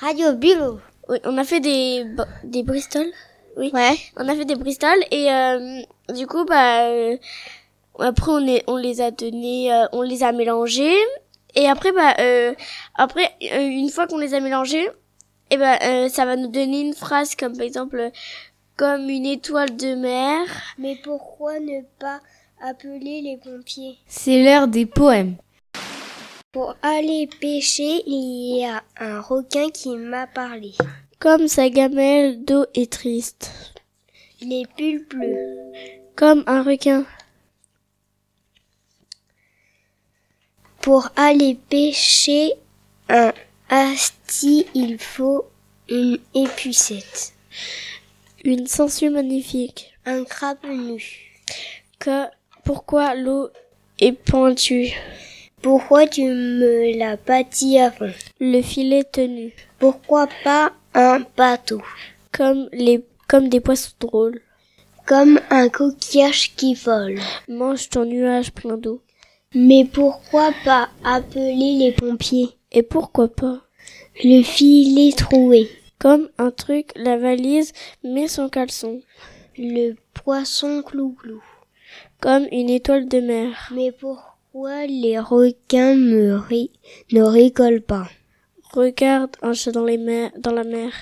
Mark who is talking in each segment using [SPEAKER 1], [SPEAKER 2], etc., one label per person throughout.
[SPEAKER 1] Radio Bulot.
[SPEAKER 2] Oui, on a fait des, bo- des Bristol. Oui.
[SPEAKER 1] Ouais.
[SPEAKER 2] On a fait des Bristol et euh, du coup, bah, euh, après, on, est, on les a donnés, euh, on les a mélangés. Et après, bah, euh, après euh, une fois qu'on les a mélangés, et ben euh, ça va nous donner une phrase comme par exemple, euh, comme une étoile de mer.
[SPEAKER 1] Mais pourquoi ne pas appeler les pompiers
[SPEAKER 3] C'est l'heure des poèmes.
[SPEAKER 1] Pour aller pêcher, il y a un requin qui m'a parlé.
[SPEAKER 2] Comme sa gamelle d'eau est triste.
[SPEAKER 1] Les pulpes bleues.
[SPEAKER 2] Comme un requin.
[SPEAKER 1] Pour aller pêcher un asti, il faut une épuisette.
[SPEAKER 2] Une sensu magnifique.
[SPEAKER 1] Un crabe nu.
[SPEAKER 2] Que, pourquoi l'eau est pendue
[SPEAKER 1] Pourquoi tu me l'as pas dit avant
[SPEAKER 2] Le filet tenu.
[SPEAKER 1] Pourquoi pas un bateau
[SPEAKER 2] Comme les, comme des poissons drôles.
[SPEAKER 1] Comme un coquillage qui vole.
[SPEAKER 2] Mange ton nuage plein d'eau.
[SPEAKER 1] Mais pourquoi pas appeler les pompiers
[SPEAKER 2] Et pourquoi pas
[SPEAKER 1] Le filet troué.
[SPEAKER 2] Comme un truc, la valise met son caleçon.
[SPEAKER 1] Le poisson clou-clou.
[SPEAKER 2] Comme une étoile de mer.
[SPEAKER 1] Mais pourquoi les requins me ri- ne rigolent pas
[SPEAKER 2] Regarde un chat dans, les mers, dans la mer.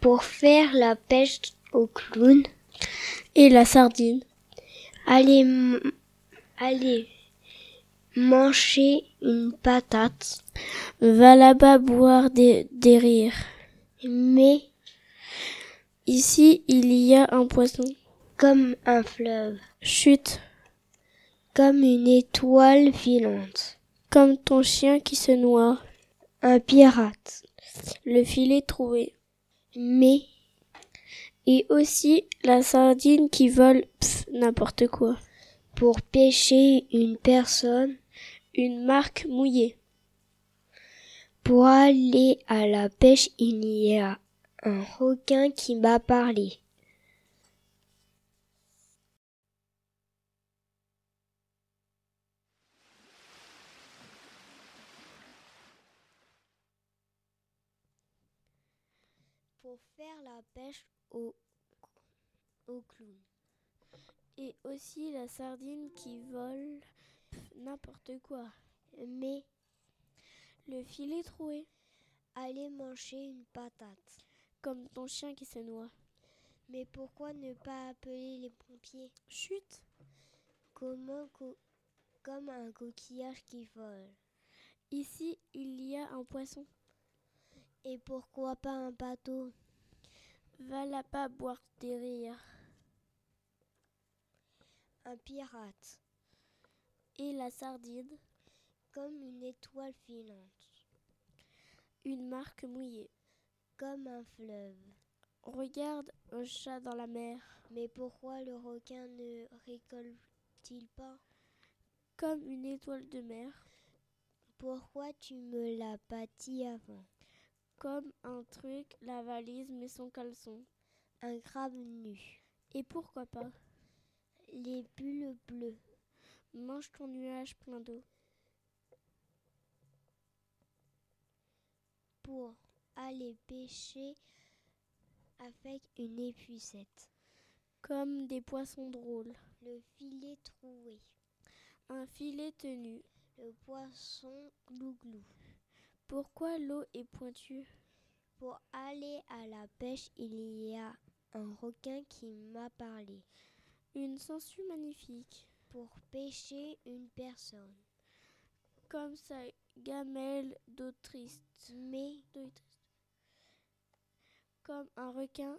[SPEAKER 1] Pour faire la pêche au clown,
[SPEAKER 2] Et la sardine.
[SPEAKER 1] allez, m- allez manger une patate,
[SPEAKER 2] Va là-bas boire des, des rires.
[SPEAKER 1] mais
[SPEAKER 2] Ici, il y a un poisson.
[SPEAKER 1] comme un fleuve,
[SPEAKER 2] Chute,
[SPEAKER 1] comme une étoile filante,
[SPEAKER 2] comme ton chien qui se noie.
[SPEAKER 1] un pirate,
[SPEAKER 2] Le filet troué.
[SPEAKER 1] mais
[SPEAKER 2] Et aussi la sardine qui vole, pff, n'importe quoi.
[SPEAKER 1] pour pêcher une personne,
[SPEAKER 2] Une marque mouillée.
[SPEAKER 1] pour aller à la pêche, il y a un requin qui m'a parlé. Pour faire la pêche au, au clown.
[SPEAKER 2] Et aussi la sardine qui vole, pff, n'importe quoi.
[SPEAKER 1] Mais
[SPEAKER 2] Le filet troué,
[SPEAKER 1] aller manger une patate.
[SPEAKER 2] comme ton chien qui se noie.
[SPEAKER 1] Mais pourquoi ne pas appeler les pompiers
[SPEAKER 2] Chute,
[SPEAKER 1] Comment co- comme un coquillage qui vole.
[SPEAKER 2] ici il y a un poisson.
[SPEAKER 1] Et pourquoi pas un bateau
[SPEAKER 2] Va là-bas boire des rires.
[SPEAKER 1] Un pirate,
[SPEAKER 2] Et la sardine,
[SPEAKER 1] comme une étoile filante,
[SPEAKER 2] une marque mouillée.
[SPEAKER 1] comme un fleuve.
[SPEAKER 2] Regarde un chat dans la mer,
[SPEAKER 1] Mais pourquoi le requin ne rigole-t-il pas
[SPEAKER 2] comme une étoile de mer,
[SPEAKER 1] Pourquoi tu me l'as pas dit avant
[SPEAKER 2] comme un truc, la valise mais son caleçon.
[SPEAKER 1] Un crabe nu,
[SPEAKER 2] Et pourquoi pas
[SPEAKER 1] les bulles bleues,
[SPEAKER 2] Mange ton nuage plein d'eau.
[SPEAKER 1] pour aller pêcher avec une épuisette,
[SPEAKER 2] Comme des poissons drôles.
[SPEAKER 1] le filet troué,
[SPEAKER 2] Un filet tenu.
[SPEAKER 1] le poisson glouglou.
[SPEAKER 2] Pourquoi l'eau est pointue
[SPEAKER 1] Pour aller à la pêche, il y a un requin qui m'a parlé.
[SPEAKER 2] Une sangsue magnifique.
[SPEAKER 1] Pour pêcher une personne.
[SPEAKER 2] Comme sa gamelle d'eau triste.
[SPEAKER 1] Mais
[SPEAKER 2] D'eau triste. Comme un requin